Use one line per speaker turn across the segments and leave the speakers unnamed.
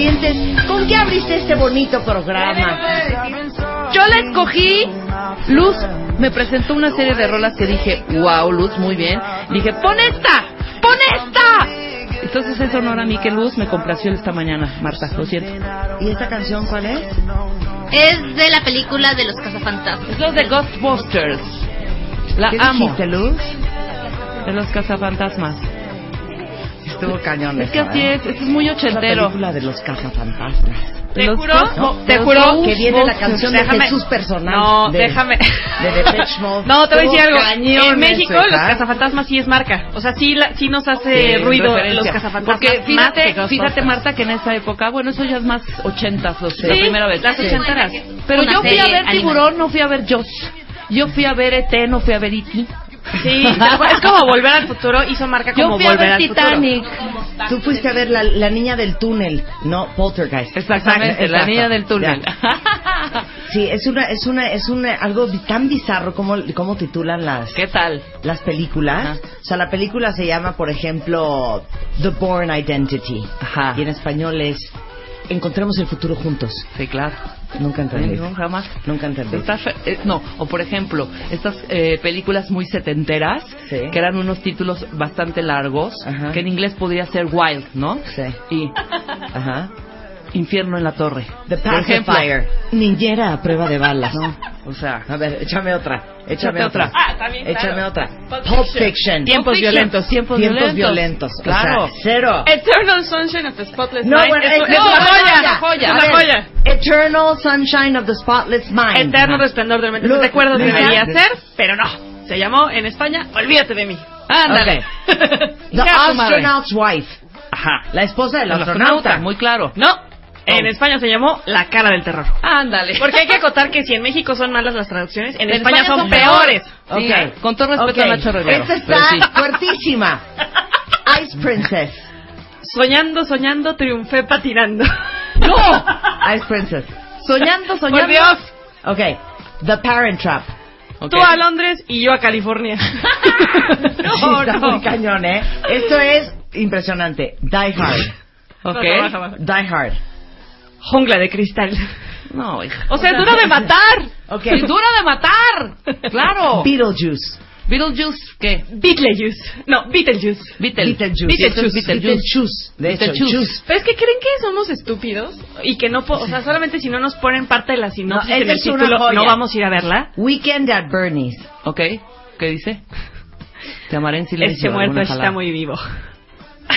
este
presentó una serie de rolas que dije, wow, Luz, muy bien. Dije, pon esta, pon esta. Entonces es honor a mí que Luz me complació esta mañana, Marta, lo siento.
¿Y esta canción cuál es?
Es de la película de los cazafantasmas.
Es los de Ghostbusters. La
¿Qué
amo.
Dijiste, Luz?
De los cazafantasmas.
Estuvo cañón.
Es que así ¿eh? es, es muy ochentero.
La película de los cazafantasmas.
¿Te
los
juro?
No,
¿Te juro?
Que viene la canción déjame, de Jesús Personal.
No,
de,
déjame.
De Depeche Mode.
No, te voy a decir algo.
Cañón
en México,
ese,
los
¿ah?
cazafantasmas sí es marca. O sea, sí, la- sí nos hace
Sí,
ruido eh,
referencia.
los cazafantasmas.
Porque fíjate-
Más que Ghostbusters.
fíjate, Marta,
que en esa época, bueno, eso ya es más ochentas,
Sí,
la primera vez.
las ochenteras.
Pero
Una
Pues yo fui a
serie
ver
animada.
Tiburón, no fui a ver Joss. Yo fui a ver ET, no fui a ver E E.T. Sí, es como Volver al Futuro hizo marca
como
Yo fui a
Volver
ver
al
Titanic.
Tú fuiste a ver la, la niña del túnel, no Poltergeist.
Exactamente, la
Exacto.
niña del túnel.
Ya. Sí, es una, es una, es una, algo bi- tan bizarro como, como titulan las,
¿Qué tal?
las películas.
Ajá.
O sea, la película se llama, por ejemplo, The Born Identity.
Ajá.
Y en español es Encontremos el futuro juntos.
Sí, claro.
Nunca entendí.
No, jamás.
Nunca entendí.
Está fe- eh, no, o por ejemplo, estas eh, películas muy setenteras,
Sí.
que eran unos títulos bastante largos,
Ajá.
que en inglés podría ser Wild, ¿no?
Sí.
Y
Ajá.
Infierno en la Torre.
The
por ejemplo.
Pacifier. Niñera a prueba de balas.
O sea,
A ver, échame otra. Échame
Échate otra.
otra.
Ah, también, claro.
Échame otra.
Pulp
Pulp
Fiction.
Fiction.
Tiempos
Pulp Fiction.
violentos, tiempos violentos.
violentos. O
Claro.
sea, cero.
Eternal Sunshine of the Spotless
No,
Mind.
bueno,
es,
es,
es
no,
una
no,
joya,
ya.
joya.
es
A
una
ver,
joya.
Eternal Sunshine of the Spotless Mind.
Eterno resplandor de mente.
Luz,
No te acuerdas
Luz,
debería
Luz.
ser, pero no. Se llamó en España Olvídate de mí.
ándale.
The
Hija de tu madre.
Astronaut's Wife.
Ajá.
La esposa del
El
astronauta.
astronauta, muy claro.
No, en España se llamó La cara del terror.
Ándale.
Porque hay que acotar que si en México son malas las traducciones, en,
En
España, son, peores. Este
Sí,
Ok.
con todo respeto
Ok.
a Nacho Rivero,
Esta
pero
está
sí.
fuertísima. Ice Princess.
Soñando, soñando, triunfé patinando.
¡No!
Ice Princess.
Soñando, soñando.
Por Dios,
Ok. The Parent Trap.
Ok.
tú a Londres y yo a California.
Sí, está muy cañón, ¿eh? Esto es impresionante. Die Hard.
Ok.
Baja, baja, baja.
Die Hard.
Jungla de cristal.
No, hija.
O sea, es dura de matar.
Ok.
Sí, dura de matar. Claro.
Beetlejuice.
Beetlejuice, ¿qué?
Beetlejuice. No, Beetlejuice.
Beetle.
Beetlejuice.
Beetlejuice.
Beetlejuice. Beetlejuice. De hecho,
Beetlejuice.
juice.
Pero es que creen que somos estúpidos y que no, po- o sea, solamente si no nos ponen parte de la sinopsis
No, esa
en el
es una
título
joya.
no vamos a ir a verla.
Weekend at Bernie's.
Ok. ¿Qué dice? Te amaré en silencio.
Este muerto
alguna
está
jalada.
muy vivo.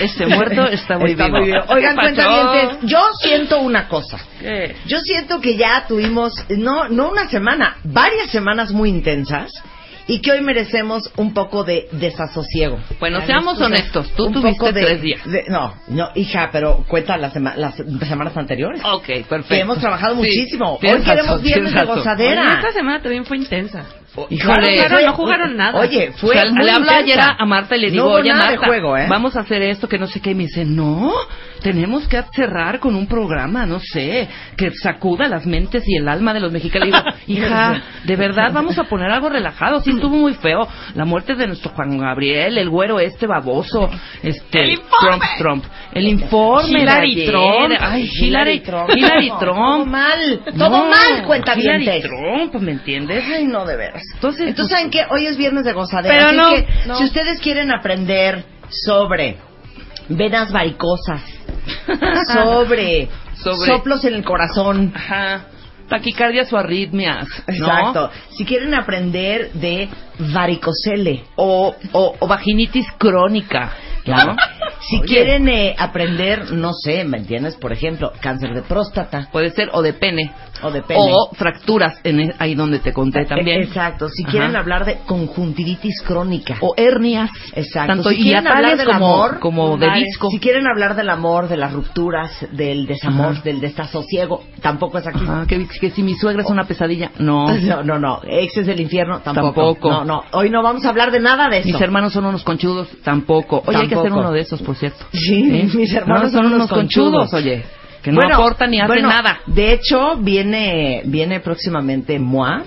Este muerto está muy
Está
vivo.
muy bien. Oigan,
¿Qué pasó?
cuentavientes, yo siento una cosa.
¿Qué?
Yo siento que ya tuvimos, no, no una semana, varias semanas muy intensas y que hoy merecemos un poco de desasosiego.
Bueno,
Ay,
seamos
excusa,
honestos, tú
un
tuviste
poco de-
tres días.
de- no, no, hija, pero cuenta las, sema- las semanas anteriores.
Ok, perfecto.
Que hemos trabajado
Sí,
muchísimo. Hoy
tienes
queremos
razón,
viernes
tienes
de
razón.
Oye,
gozadera.
esta semana también fue intensa.
Híjole.
fue-
Claro, no jugaron nada.
Oye, fue.
O sea,
muy
le hablo
intensa.
ayer a, a Marta y le digo,
no hubo
oye,
nada
Marta,
de juego, ¿eh?
vamos a hacer esto, que no sé qué. Y me dice, no, tenemos que cerrar con un programa, no sé, que sacuda las mentes y el alma de los mexicanos. Le digo, hija, de verdad, vamos a poner algo relajado. Sí, estuvo muy feo. La muerte de nuestro Juan Gabriel, el güero este baboso, este,
El informe.
Trump, Trump. El informe
Hillary
de ayer.
Trump.
Ay, Hillary,
Hillary Trump.
Hillary
No,
Trump.
todo mal, todo mal, cuentavientes.
Hillary Trump, ¿me entiendes?
Ay, no, de veras.
Entonces,
Entonces,
pues,
¿saben qué? Hoy es viernes de gozadera.
Pero
así
no,
es que,
no.
si ustedes quieren aprender sobre venas varicosas, sobre,
Sobre-
soplos en el corazón,
Ajá. Taquicardias o arritmias. ¿no?
exacto. Si quieren aprender de varicocele,
O, o, o vaginitis crónica.
claro.
¿no?
si
Ah. Oye,
quieren eh, aprender, no sé, ¿me entiendes? Por ejemplo, cáncer de próstata
Puede ser o de pene.
o de pene.
O fracturas, en e- ahí donde te conté también.
Eh, Exacto. Si
Ajá.
quieren hablar de conjuntivitis crónica.
O hernias.
Exacto.
Tanto
Si quieren hablar
hiatales
del
como,
amor,
como de
vale.
disco.
Si quieren hablar del amor, de las rupturas, del desamor,
Ajá.
del desasosiego, tampoco es aquí.
Ajá, que, que si mi suegra es una pesadilla. No.
No, no, no. Exes del infierno, tampoco.
Tampoco.
No, no. Hoy no vamos a hablar de nada de eso.
Mis hermanos son unos conchudos. Tampoco. Oye, hay que hacer
Tampoco.
uno de esos, por cierto.
Sí,
¿Eh?
mis hermanos
No, son, unos conchudos, oye. Que no
Bueno,
aportan ni hacen
bueno,
nada.
De hecho, viene, viene próximamente Moa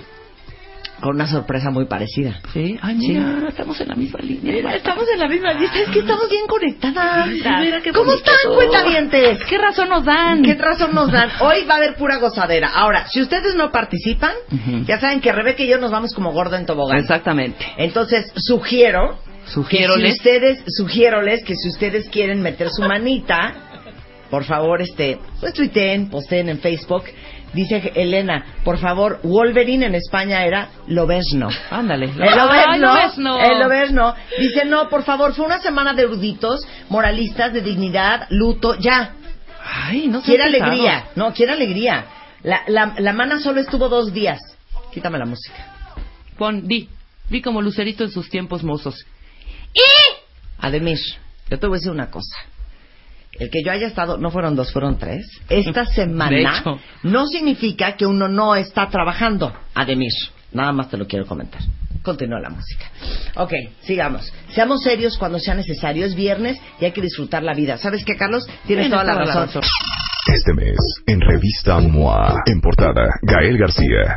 con una sorpresa muy parecida.
Sí, ay, mira, estamos en la misma línea.
Estamos en la misma lista, es que estamos bien conectadas.
mira qué
¿Cómo
bonito
están,
todo.
cuentavientes?
¿Qué razón nos dan?
¿Qué razón nos dan? Hoy va a haber pura gozadera. Ahora, si ustedes no participan,
Ujú.
ya saben que Rebeca y yo nos vamos como gordo en tobogán.
Exactamente.
Entonces, sugiero que si
Sugiéroles.
ustedes, sugiéroles que si ustedes quieren meter su manita, por favor, este, pues tuiteen, posteen en Facebook. Dice Elena, por favor, Wolverine en España era Lobesno.
Ándale.
El
Ay,
Lobesno,
lo ves, no.
el Lobesno. Dice, no, por favor, fue una semana de eruditos, moralistas, de dignidad, luto, ya.
Ay, no sé.
Quiere alegría. No, quiere alegría. La, la, la mana solo estuvo dos días. Quítame la música.
Pon, di. Di como lucerito en sus tiempos mozos.
Ademir, yo te voy a decir una cosa. El que yo haya estado, no fueron dos, fueron tres. Esta
De
semana
hecho.
no significa que uno no está trabajando. Ademir, nada más te lo quiero comentar. Continúa la música. Ok, sigamos. Seamos serios cuando sea necesario. Es viernes y hay que disfrutar la vida. ¿Sabes qué, Carlos? Tienes toda la razón.
Este mes, en revista MOA, en portada, Gael García.